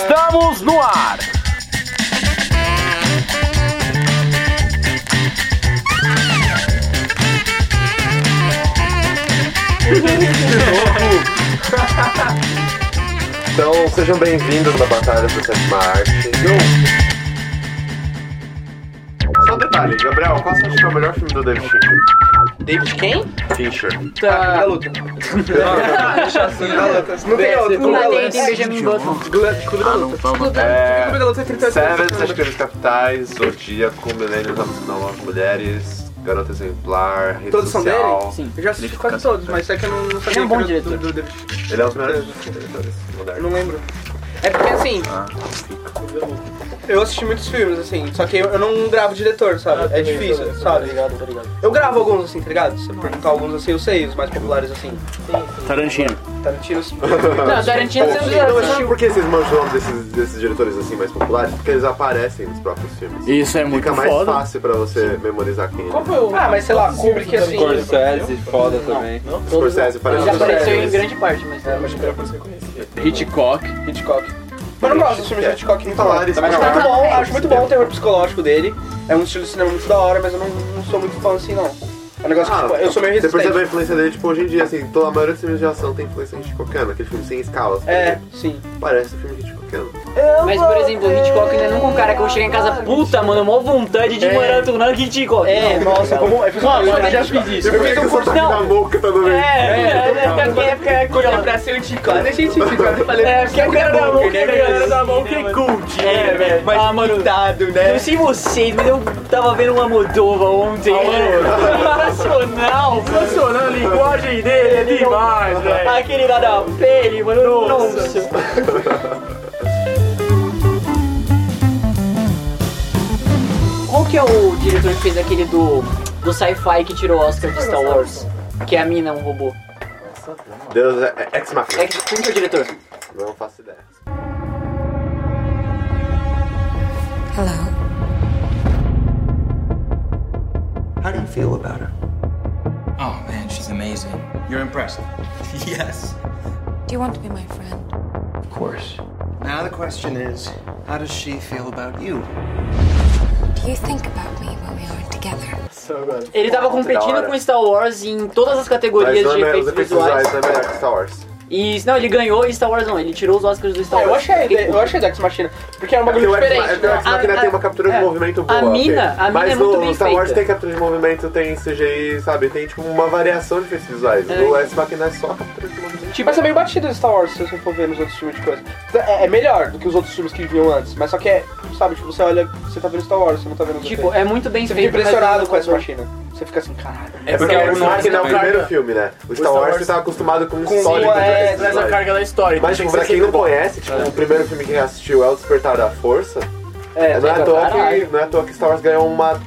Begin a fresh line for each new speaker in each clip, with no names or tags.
Estamos no ar!
Então, sejam bem-vindos na Batalha da Sétima Arte. Eu- Só um detalhe, Gabriel, qual você acha que é o melhor filme do David Fincher?
David quem?
Fincher.
Tá.
luta. Não tem outro. Clube
Não
da
tem,
Luta.
tem Benjamin Button.
Clube da Luta.
É...
Clube da Luta é 30
Seven, Sete Crimes Capitais, Zodíaco, Milênio da Não às Mulheres, Garota Exemplar, Rede
Todos são
Social.
dele? Eu já assisti quase todos, mas é que eu não, não sabia
Ele é um bom
que era do-
diretor.
do David Fincher.
Ele é um dos melhores diretores
Eu não
modernos.
lembro. É porque assim, eu assisti muitos filmes, assim, só que eu, eu não gravo diretor, sabe? É difícil, sabe? Eu gravo alguns, assim, tá ligado? Se eu perguntar alguns, assim, eu sei, os mais populares, assim.
Tarantino.
Tarantino,
Não, é Tarantino você não
Eu
precisa.
acho que por que vocês manjam o nome desses, desses diretores assim mais populares? Porque eles aparecem nos próprios filmes.
Isso é muito
Fica mais
foda.
fácil pra você memorizar quem é.
Ah, mas sei lá, Kubrick, assim...
Scorsese, foda também.
Scorsese parece
Já
um dos
apareceu em
melhores.
grande parte, mas.
Hitchcock.
Hitchcock. Mas eu não gosto dos filmes de Hitchcock muito bom.
Falaram É, isso,
Acho
mas
muito
não.
bom, acho muito bom o terror psicológico dele. É um estilo de cinema muito da hora, mas eu não, não sou muito fã assim, não. É um negócio que, tipo, eu sou meio
Ah, Você percebe a
resistente.
influência dele, tipo, hoje em dia, assim, toda a maioria dos filmes de ação tem influência hitchcockiana, aquele filme sem escalas. por
É,
exemplo.
sim.
Parece um filme hitchcockiano.
Mas, por exemplo, Hitchcock não é nunca um cara que eu chego em casa, puta, mano, mó vontade de
É.
morar do nada que Hitchcock.
É, nossa, como... Eu fiz uma
Mano, eu
eu
já
fiz
fiz isso.
Eu fiz um curso
não.
da boca também.
É, é, é, porque é porque é
Quando eu
culhão.
abracei o Hitchcock, deixei o Hitchcock, eu falei...
É, porque o cara da mão, que é da mão que é cult.
É, velho, mas
Ah, mano,
cuidado,
não
né?
sei vocês, mas eu tava vendo uma Moldova ontem. Sensacional, mano.
a linguagem dele é demais, velho.
Aquele lá da pele, mano. Nossa. Qual que é o diretor que fez aquele do, do sci-fi que tirou o Oscar de Star Wars? Que é a mina, um robô.
Deus é é ex machina.
É, que- quem que é o diretor?
Não faço ideia.
Hello.
How do you feel about her?
Oh man, she's amazing. You're impressed? yes.
Do you want to be my friend?
Of course.
Now the question is, how does she feel about you?
Do you think about me when we aren't together?
é Ele tava competindo com Star Wars em todas as categorias
não
de
é-
efeitos visuais.
não é melhor que Star Wars.
E não, ele ganhou e Star Wars não, ele tirou os Oscars do Star
Ah,
Wars.
eu achei, eu achei Dex Machina, porque era um
Porque
bagulho
o Ex-
diferente. Ah,
é porque o Ex
não,
Machina
né? a-
tem uma captura
é.
de movimento boa.
A
ok.
mina- a mina
Mas
é muito
no
bem
Star Wars
feita.
tem captura de movimento, tem CGI, sabe? Tem tipo uma variação de efeitos visuais.
É.
O Ex Machina é só captura de movimento.
Tipo, mas é meio batido Star Wars se você for ver nos outros filmes de coisa. É, é melhor do que os outros filmes que vinham antes, mas só que é, sabe, tipo, você olha, você tá vendo Star Wars, você não tá vendo os
Tipo,
outros.
é muito bem
Você
feito.
fica impressionado
mas-
com essa machina. Você fica assim, caralho.
É
Porque o Ex Machina é o primeiro filme, né? O Star Wars você tá acostumado com um
Com
sólido
uma-
de
é,
efeitos
traz
Essa
visuais.
carga da história.
Mas,
tem
tipo,
que
pra
ser
quem não
sempre bom.
conhece, tipo, o primeiro filme que assistiu é O Despertar da Força.
É,
Não é, à toa que,
caralho.
não é à toa que Star Wars ganhou uma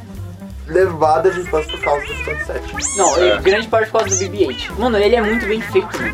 levada de fãs por causa do episódio 7.
Não, é. grande parte por causa do BB-8. Mano, ele é muito bem feito, mano.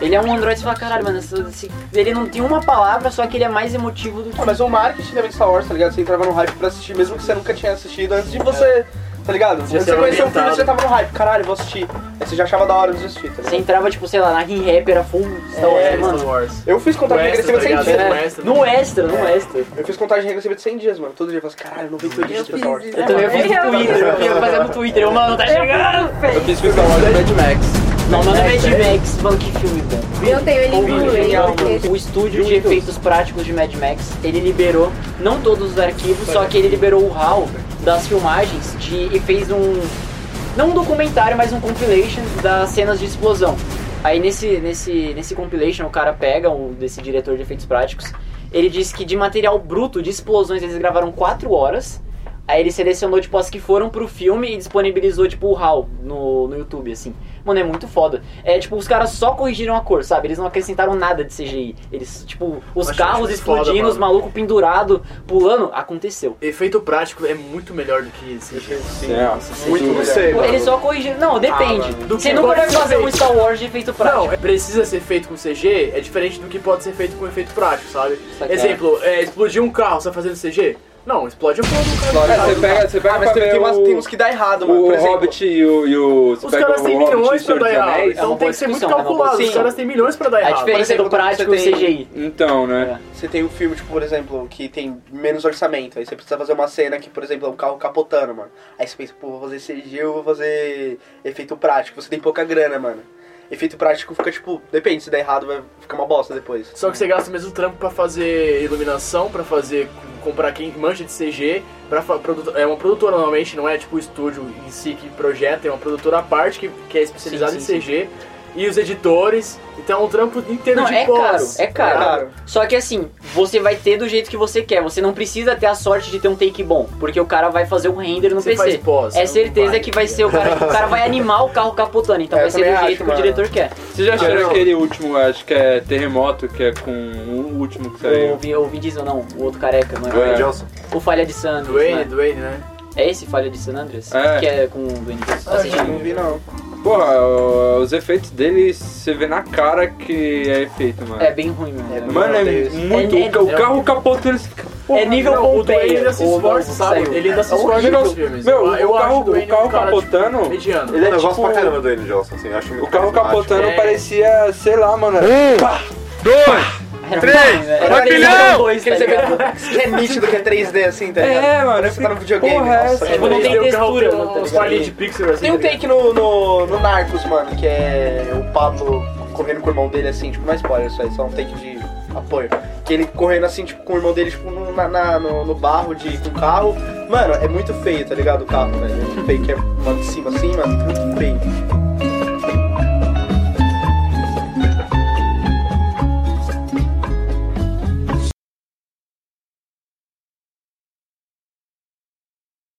Ele é um android, você fala, caralho, mano, esse- esse- ele não tem uma palavra, só que ele é mais emotivo do que...
Ah, mas o marketing também de Star Wars, tá ligado? Você entrava no hype pra assistir, mesmo que você nunca tinha assistido antes de você. Tá ligado? Antes de você
ser
conhecer o filme,
ambientado.
você tava no hype, caralho, vou assistir. Aí você já achava da hora de assistir, tá
Você
ligado?
entrava, tipo, sei lá, na King Rap, era full Star Wars, né,
É,
mano.
Eu fiz contagem
Western,
regressiva
tá
de 100
ligado?
dias.
É.
né?
Western.
No extra, no extra.
Eu fiz contagem regressiva de 100 dias, mano. Todo dia eu falo assim, caralho, 98 dias de Star Wars.
Eu também fiz
É,
no Twitter, eu ia fazer no Twitter, eu, mano, tá chegando!
Eu fiz com Star
é
Wars e Mad Max.
Não, mano, Mad Max, mano, que filme, velho.
Eu tenho ele em Blu-ray.
O estúdio de efeitos práticos de Mad Max, ele liberou, não todos os arquivos, só que ele liberou o RAW das filmagens de, e fez um, não um documentário, mas um compilation das cenas de explosão. Aí nesse, nesse, nesse compilation o cara pega, o desse diretor de efeitos práticos, ele diz que de material bruto de explosões eles gravaram 4 horas, aí ele selecionou tipo as que foram pro filme e disponibilizou tipo o RAW no, no YouTube, assim. Mano, é muito foda. É tipo, os caras só corrigiram a cor, sabe? Eles não acrescentaram nada de CGI. Eles, tipo, os
Acho
carros
muito
explodindo,
foda,
os
mano.
malucos pendurados, pulando, aconteceu.
Efeito prático é muito melhor do que esse.
Muito
Sim.
não sei, mano.
Eles só corrigiram. Não, depende.
mano. Do
Você
que
nunca
pode
vai
ser
fazer um
feito.
Star Wars de efeito prático.
Não, é- precisa ser feito com CG, é diferente do que pode ser feito com efeito prático, sabe?
Isso aqui é.
Exemplo, é, explodir um carro, você vai fazendo CG? Não, explode o fogo, cara.
Explode.
É, você pega, você pega
Ah,
pra
mas tem-
ver
tem
o...
umas- tem uns
que dá errado,
O Hobbit e o. E o você
Os
pega
caras
o
têm
um
Hobbit e o
milhões pra
Senhor
dar
dos
errado.
Anéis.
É uma
Então tem
boa
que ser muito
discussão, é uma boa
calculado. Os
discussão. É
caras têm milhões pra dar
A
errado.
diferença
exemplo,
do prático e
você
o
tem-
CGI.
Então, né?
Você tem um filme, tipo, por exemplo, que tem menos orçamento. Aí você precisa fazer uma cena que, por exemplo, é um carro capotando, mano. Aí você pensa, pô, vou fazer CG ou vou fazer efeito prático. Você tem pouca grana, mano. Efeito prático fica, tipo, depende, se der errado vai ficar uma bosta depois.
Só que você gasta o mesmo trampo pra fazer iluminação, pra fazer. comprar quem mancha de CG. Pra, fa- produto- é uma produtora normalmente, não é tipo o estúdio em si que projeta, é uma produtora à parte que, que é especializada
Sim,
em
sim,
CG. E os editores. Então é um trampo inteiro
Não,
de
é caro,
pós.
é caro.
Claro.
Só que assim, você vai ter do jeito que você quer. Você não precisa ter a sorte de ter um take bom, porque o cara vai fazer um render no
Você faz
PC.
pós.
É
não
certeza que vai ser o cara, o cara vai animar o carro capotando, então
É,
vai
eu
ser do
também
jeito
acho,
que o
mano.
diretor quer.
Vocês já
Ah,
acharam
não.
aquele último, acho que é Terremoto, que é com o último que
O
saiu?
Vin, o Vin Diesel não, o outro careca, mano.
É.
Johnson.
O Falha de San Andreas,
Dwayne,
né?
Dwayne, né?
É esse Falha de San Andreas?
É.
Que é com o Dwayne Johnson. Assisti.
assim, Não vi, não.
Porra, o- os efeitos dele, você vê na cara que é efeito, mano.
É bem ruim, mano.
É bem
Mano, é
Deus.
muito.
É- é-
o carro capotando eles ficam.
É nível
Não, o Dwayne
Pompeia.
ainda se
ou
esforça,
não,
sabe?
saiu.
Ele ainda se
O
esforça nos
negócio-
filmes.
é
Meu,
Eu- eu
o
acho
carro,
Dwayne
o carro
um cara, tipo,
capotando.
mediano.
ele é
eu gosto
tipo-
pra caramba do Dwayne Johnson, assim, eu acho muito
O carro
carismático.
capotando
É.
parecia, sei lá, mano. Pá, dois!
Era ruim, velho. Era
Aquele
nível
não!
dois, tá
Aquele
ligado?
efeito que é nítido, que é 3D, assim, tá ligado?
É, mano, eu
Você tá no
fico,
videogame,
porra, é
nossa,
essa?
Tipo, não tem
Ele- o carro
textura,
tem
não, tá
uns
ligado?
palhinhos de pixel assim.
Tem um
tá ligado?
take no, no, no Narcos, mano, que é o Pablo correndo com o irmão dele assim, tipo, não é spoiler isso aí, só um take de apoio. Que ele correndo assim, tipo, com o irmão dele, tipo, no- na, na- no, no barro de com o carro. Mano, é muito feio, tá ligado? O carro, velho. É muito feio, que é lá de cima assim, mano, muito feio.